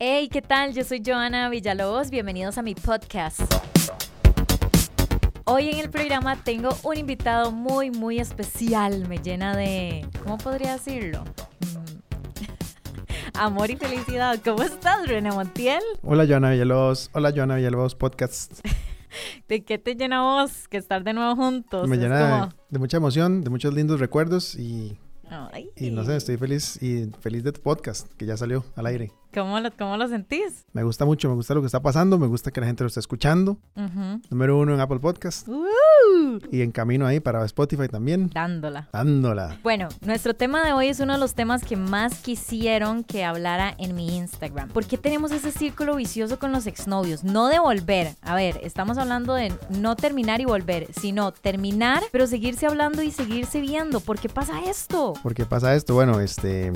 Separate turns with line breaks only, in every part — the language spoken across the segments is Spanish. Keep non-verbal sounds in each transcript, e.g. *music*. Hey, ¿qué tal? Yo soy Joana Villalobos, bienvenidos a mi podcast. Hoy en el programa tengo un invitado muy, muy especial, me llena de... ¿Cómo podría decirlo? Mm. *laughs* Amor y felicidad. ¿Cómo estás, René Montiel?
Hola Joana Villalobos, hola Joana Villalobos Podcast.
¿De qué te llena vos que estar de nuevo juntos?
Me
Es
llena de,
como-
de mucha emoción, de muchos lindos recuerdos y,
Ay,
y no sé, estoy feliz y feliz de tu podcast que ya salió al aire.
¿Cómo lo, cómo lo sentís?
Me gusta mucho, me gusta lo que está pasando, me gusta que la gente lo está escuchando.
Ujú.
Número uno en Apple Podcast
Uh,
y en camino ahí para Spotify también.
dándola.
Dándola.
Bueno, nuestro tema de hoy es uno de los temas que más quisieron que hablara en mi Instagram. ¿Por qué tenemos ese círculo vicioso con los exnovios? No de volver. A ver, estamos hablando de no terminar y volver, sino terminar, pero seguirse hablando y seguirse viendo. ¿Por qué pasa esto?
¿Por qué pasa esto? Bueno, este,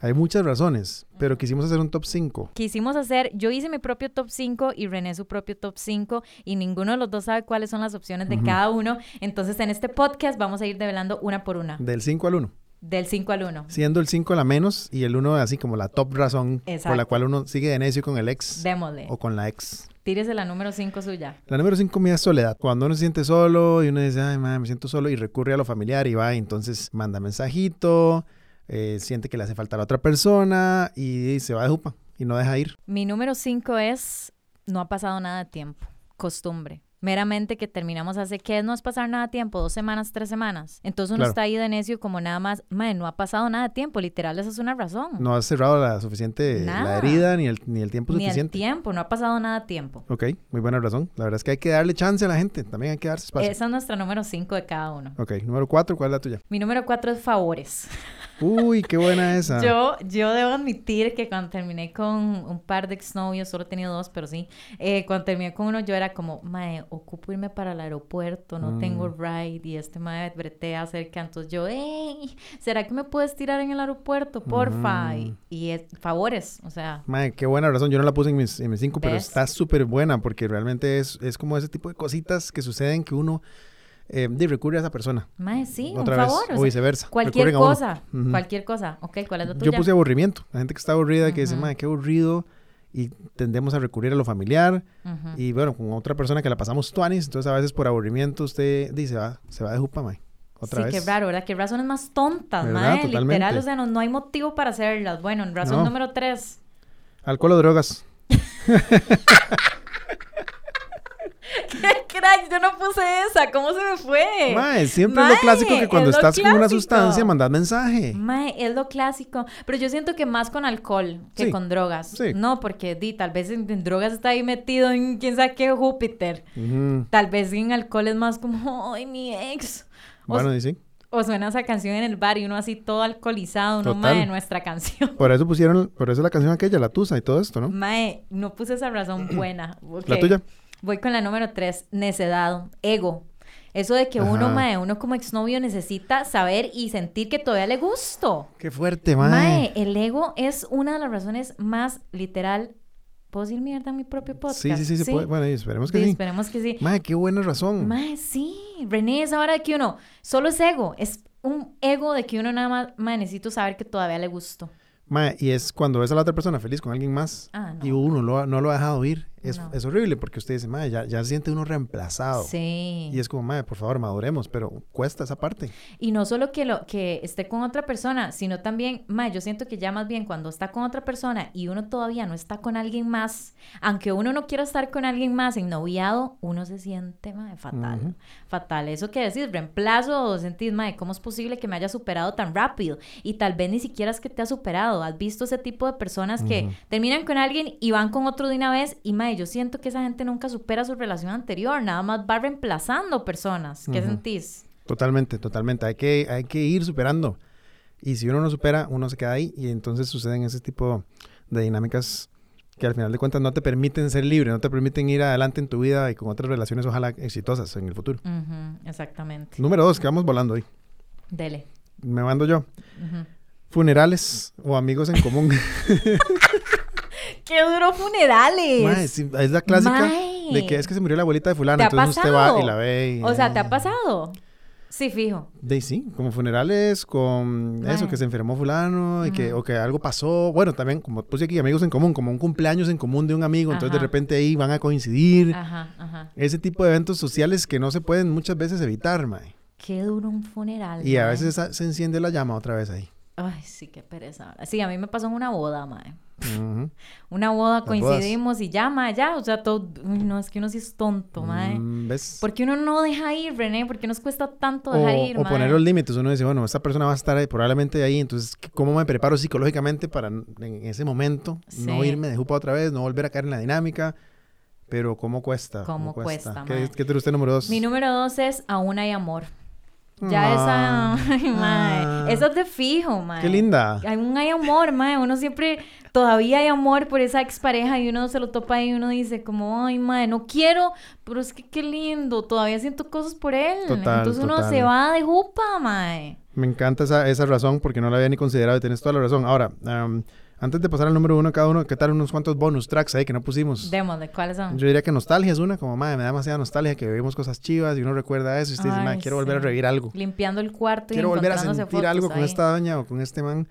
hay muchas razones, pero quisimos hacer un top 5.
Quisimos hacer, yo hice mi propio top 5 y René su propio top 5 y ninguno de los dos sabe cuáles son las opciones de
Ujú.
cada uno. Entonces en este podcast vamos a ir develando una por una,
Del 5 al 1.
del 5 al 1.
Siendo el 5 la menos y el 1 así como la top razón por la
Exacto.
cual uno sigue de necio con el ex
Démosle.
o con la ex.
Tírese la número 5 suya.
La número 5 mía es soledad. Cuando uno se siente solo y uno dice, ay, madre, me siento solo y recurre a lo familiar y va, y entonces manda mensajito, eh, siente que le hace falta a la otra persona y, se va de jupa y no deja ir.
Mi número 5 es, no ha pasado nada de tiempo, costumbre. Meramente que terminamos hace, ¿qué no es pasar nada de tiempo? ¿Dos semanas, tres semanas? Entonces uno
Claro.
está ahí de necio como nada más, "Mae, no ha pasado nada de tiempo, literal, esa es una razón.
No pues has cerrado la suficiente,
Nada.
la herida ni el, ni el tiempo
Ni el
suficiente.
tiempo, no ha pasado nada de tiempo.
ok, muy buena razón. La verdad es que hay que darle chance a la gente, también hay que darse espacio.
Esa es nuestra número 5 de cada uno.
Ok, número 4, ¿cuál es la tuya?
Mi número 4 es favores.
Uy, qué buena esa.
Yo, yo debo admitir que cuando terminé con un par de exnovios, solo he tenido dos, pero sí, eh, cuando terminé con uno yo era como, mae, ocupo irme para el aeropuerto, no
Mm.
tengo ride y este mae bretea cerca, entonces yo, hey, ¿será que me puedes tirar en el aeropuerto, porfa? Y,
Mm.
y es- favores, o sea,
Mae, qué buena razón. Yo no la puse en mis, en mis cinco, pero
¿Ves?
está súper buena porque realmente es, es como ese tipo de cositas que suceden que uno eh, de- recurre a esa persona.
mae, sí,
Otra
un
vez,
favor, o
o
sea,
viceversa.
cualquier
recurren a uno.
cosa,
Ujú.
cualquier cosa, ok, ¿cuál es la tuya?
Yo puse aburrimiento. La gente que está aburrida, que dice,
Ujú.
mae, qué aburrido. Y tendemos a recurrir a lo familiar.
Ujú.
Y bueno, con otra persona que la pasamos tuanis. Entonces, a veces por aburrimiento, usted dice, va, se va de jupa, mae. Otra
sí,
vez.
qué raro, ¿verdad? Qué razones más tontas,
¿Verdad?
mae, literal,
Totalmente.
o sea, no, no hay motivo para hacerlas. Bueno, razón
No.
número tres.
Alcohol o drogas.
*laughs* ¡Qué crack! Yo no puse esa. ¿Cómo se me fue?
Mae, siempre es
Eh, Mae,
lo clásico que cuando
es lo
estás con una
clásico.
sustancia, mandas mensaje.
Mae, es lo clásico. Pero yo siento que más con alcohol que
Sí,
con drogas.
sí.
No, porque di, tal vez en, en drogas está ahí metido en quién sabe qué Júpiter.
Ujú.
Tal vez en alcohol es más como, ¡ay, mi ex! O,
Bueno, y sí.
o suena esa canción en el bar y uno así todo alcoholizado, uno
Total.
mae de nuestra canción.
Por eso pusieron, por eso la canción aquella, La Tusa y todo esto, ¿no?
Mae, no puse esa razón buena.
La
Mm, Ok.
tuya.
Voy con la número tres, necedad, ego. Eso de que uno,
Ajá.
mae, uno como exnovio necesita saber y sentir que todavía le gusto.
Qué fuerte,
Mae,
mae.
el ego es una de las razones más literal. ¿Puedo decir mierda en mi propio podcast?
Sí, sí, sí, se puede. Bueno, y esperemos que
Sí,
sí. Mm.
Esperemos que sí.
Mae, qué buena razón.
Mae, sí. René, es ahora de que uno solo es ego. Es un ego de que uno nada más, mae, necesito saber que todavía le gusto.
Mae, y es cuando ves a la otra persona feliz con alguien más
Ah, no.
y uno lo ha- no lo ha dejado ir. Es,
No.
es horrible porque usted dice, mae, ya, ya se siente uno reemplazado.
Sí.
Y es como, mae, por favor, maduremos, pero cuesta esa parte.
Y no solo que, lo, que esté con otra persona, sino también, ma, yo siento que ya más bien cuando está con otra persona y uno todavía no está con alguien más, aunque uno no quiera estar con alguien más en noviado, uno se siente, ma, fatal.
Ujú.
Fatal. Eso que decís, reemplazo o sentís, ma, ¿cómo es posible que me haya superado tan rápido? Y tal vez ni siquiera es que te ha superado. Has visto ese tipo de personas que
Ujú.
terminan con alguien y van con otro de una vez y, ma, yo siento que esa gente nunca supera su relación anterior, nada más va reemplazando personas. ¿Qué
Ujú.
sentís?
Totalmente, totalmente. Hay que, hay que ir superando. Y si uno no supera, uno se queda ahí y entonces suceden ese tipo de dinámicas que al final de cuentas no te permiten ser libre, no te permiten ir adelante en tu vida y con otras relaciones ojalá exitosas en el futuro.
Ujú, exactamente.
Número dos, que vamos volando hoy.
Dele.
Me mando yo.
Ujú.
Funerales o amigos en
*laughs*
común.
¡Qué duro funerales!
Mae, sí, es la clásica
Mae.
de que es que se murió la abuelita de fulano,
¿Te ha
entonces usted va
pasado?
y la ve y...
O sea, ¿te ha pasado? Sí, fijo.
De ahí sí, como funerales, con eso,
Mae.
que se enfermó fulano y que,
Ujú.
o que algo pasó. Bueno, también, como puse aquí, amigos en común, como un cumpleaños en común de un amigo, entonces de
Ajá. Ah.
repente ahí van a coincidir.
Ajá, ajá.
Ese tipo de eventos sociales que no se pueden muchas veces evitar, mae.
Qué duro un funeral.
Y a
mae.
veces esa- se enciende la llama otra vez ahí.
Ay, sí, qué pereza. Sí, a mí me pasó en una boda, mae.
Ujú.
Una boda
Las
coincidimos y ya, mae, ya. O sea, todo. Uy, no, es que uno sí es tonto, mae.
Mm, ¿Ves?
¿Por qué uno no deja ir, René? ¿Por qué nos cuesta tanto
o,
dejar ir,
o
mae?
poner los límites. Uno dice, bueno, esta persona va a estar ahí, probablemente ahí, entonces, ¿qué- ¿cómo me preparo psicológicamente para n- en ese momento no
Sí.
irme de jupa otra vez, no volver a caer en la dinámica? Pero, ¿cómo cuesta?
¿Cómo cuesta,
¿Qué,
mae?
qué tiene usted número dos?
Mi número dos es Aún hay amor. Ya
Ah,
esa... *laughs* Ay, mae.
ah,
Esa es de fijo, mae.
¡Qué linda!
Aún hay amor, mae. Uno siempre... Todavía hay amor por esa expareja y uno se lo topa y uno dice como, ay, mae, no quiero, pero es que qué lindo. Todavía siento cosas por él.
Total,
Entonces uno
total.
se va de jupa, mae.
Me encanta esa, esa razón porque no la había ni considerado y tienes toda la razón. Ahora, am, antes de pasar al número uno cada uno, ¿qué tal unos cuantos bonus tracks ahí que no pusimos?
Démosle, ¿cuáles son?
Yo diría que nostalgia es una, como, madre, me da demasiada nostalgia que vivimos cosas chivas y uno recuerda eso y usted dice,
Ay,
madre, quiero volver a
sí.
revivir algo.
Limpiando el cuarto y
quiero volver a
encontrándose
sentir algo
fotos
con
ahí.
esta doña o con este man.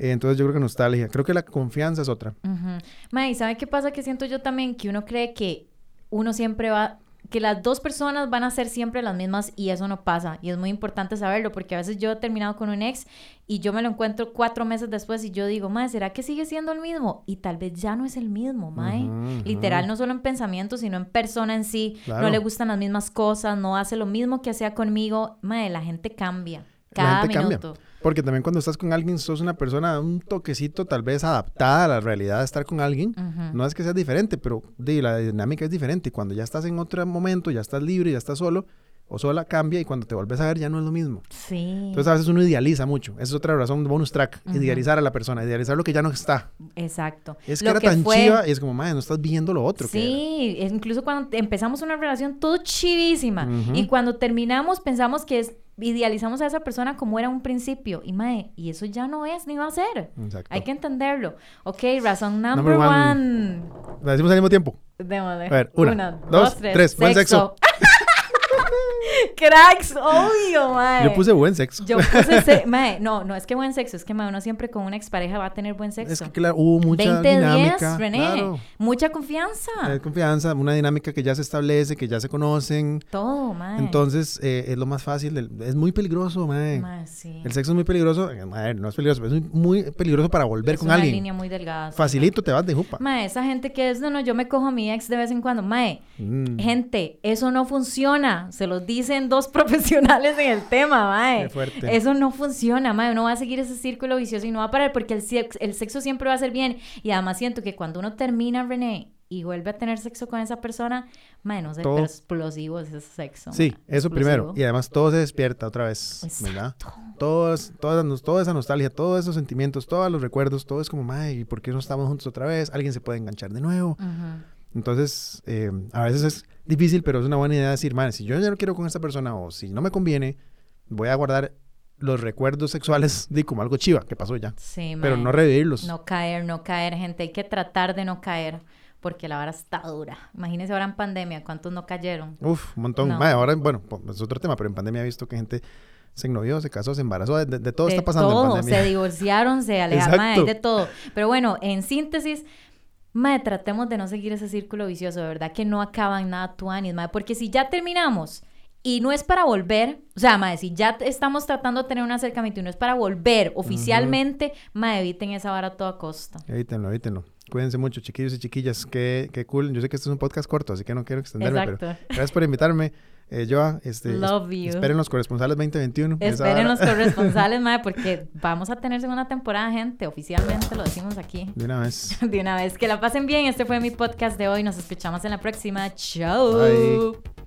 Eh, entonces yo creo que nostalgia. Creo que la confianza es otra.
Ujú. Mae, ¿sabe qué pasa? Que siento yo también que uno cree que uno siempre va, que las dos personas van a ser siempre las mismas y eso no pasa. Y es muy importante saberlo porque a veces yo he terminado con un ex y yo me lo encuentro cuatro meses después y yo digo, Mae, ¿será que sigue siendo el mismo? Y tal vez ya no es el mismo, Mae.
Ujú,
Literal,
ujú.
no solo en pensamiento, sino en persona en sí.
Claro.
No le gustan las mismas cosas, no hace lo mismo que hacía conmigo. Mae, la gente cambia.
La
Cada
gente cambia.
minuto.
Porque también cuando estás con alguien, sos una persona un toquecito tal vez adaptada a la realidad de estar con alguien.
Ujú.
No es que seas diferente, pero di, la dinámica es diferente. Y Cuando ya estás en otro momento, ya estás libre, ya estás solo o sola, cambia y cuando te volvés a ver ya no es lo mismo.
Sí.
Entonces a veces uno idealiza mucho. Esa es otra razón bonus track.
Ujú.
Idealizar a la persona, idealizar lo que ya no está.
Exacto.
Es que
Lo
era tan
fue-
chiva y es como, madre, no estás viendo lo otro. que era".
Sí, es- incluso cuando te- empezamos una relación todo chivísima
Ujú.
y cuando terminamos pensamos que es, idealizamos a esa persona como era un principio y mae, y eso ya no es ni va a ser.
Exacto.
Hay que entenderlo. Ok, razón number,
Number
one.
one. La decimos al mismo tiempo.
Démosle.
A ver, una, dos, tres. Buen sexo.
*laughs* Cracks, obvio, mae.
Yo puse buen sexo.
Eh, Yo puse se- mae, no, no es que buen sexo, es que mae, uno siempre con una expareja va a tener buen sexo.
*laughs* Es que claro, hubo mucha
20
dinámica.
10, René. Ah.
Claro. Eh,
Mucha confianza.
Hay confianza, una dinámica que ya se establece, que ya se conocen.
Todo, mae.
Entonces, eh, es lo más fácil. del- es muy peligroso, mae.
Mae, sí.
El sexo es muy peligroso. eh, mae, no es peligroso, pero es muy muy peligroso para volver
es
con
una
alguien.
línea muy delgada. sí.
Facilito te vas de jupa.
Mae, esa gente que es, no, no, yo me cojo a mi ex de vez en cuando. Mae,
Mm,
gente, eso no funciona. Se los dicen dos *laughs* profesionales en el tema, mae.
Qué fuerte.
Eso no funciona, mae. Uno va a seguir ese círculo vicioso y no va a parar porque el, sex- el sexo siempre va a ser bien. Y además siento que cuando uno termina, René, y vuelve a tener sexo con esa persona, mae, no sé,
Todo-
pero explosivo es ese sexo.
Sí,
mae.
eso primero.
Explosivo.
Y además todo se despierta otra vez, ¿verdad?
Exacto.
Todas, todas, nos- toda esa nostalgia, todos esos sentimientos, todos los recuerdos, todo es como, mae, ¿y por qué no estamos juntos otra vez? Alguien se puede enganchar de nuevo.
Ujú.
Entonces, eh, a veces es difícil, pero es una buena idea decir, man, si yo ya no quiero con esta persona o si no me conviene, voy a guardar los recuerdos sexuales *laughs* de como algo chiva que pasó ya.
Sí,
Pero
mae.
no revivirlos.
No caer, no caer, gente. Hay que tratar de no caer porque la vara está dura. Imagínense ahora en pandemia, ¿cuántos no cayeron?
Uf, un montón.
No.
Mae, ahora, bueno, po- es otro tema, pero en pandemia he visto que gente se ennovió, se casó, se embarazó, de, de- de todo
De
está pasando en
todo,
pandemia.
se
*laughs*
divorciaron, se alejaron, mae, hay
Exacto.
de todo. Pero bueno, en síntesis, mae, tratemos de no seguir ese círculo vicioso, de verdad que no acaban nada tuanis, mae, porque si ya terminamos y no es para volver, o sea, mae, si ya t- estamos tratando de tener un acercamiento y no es para volver oficialmente, mae, eviten esa vara a toda costa.
Evítenlo, evítenlo. Cuídense mucho, chiquillos y chiquillas. Qué, qué cool. Yo sé que este es un podcast corto, así que no quiero extenderme, pero
Exacto.
gracias por invitarme. Eh, Joa, este, es-
Love you.
esperen los corresponsales 2021. Esa
Esperen
vara-
los
*laughs*
corresponsales, madre, porque vamos a tener segunda temporada, gente. Oficialmente lo decimos aquí. *laughs*
De una vez.
De una vez, que la pasen bien. Este fue mi podcast de hoy. Nos escuchamos en la próxima. Chao.
Bye.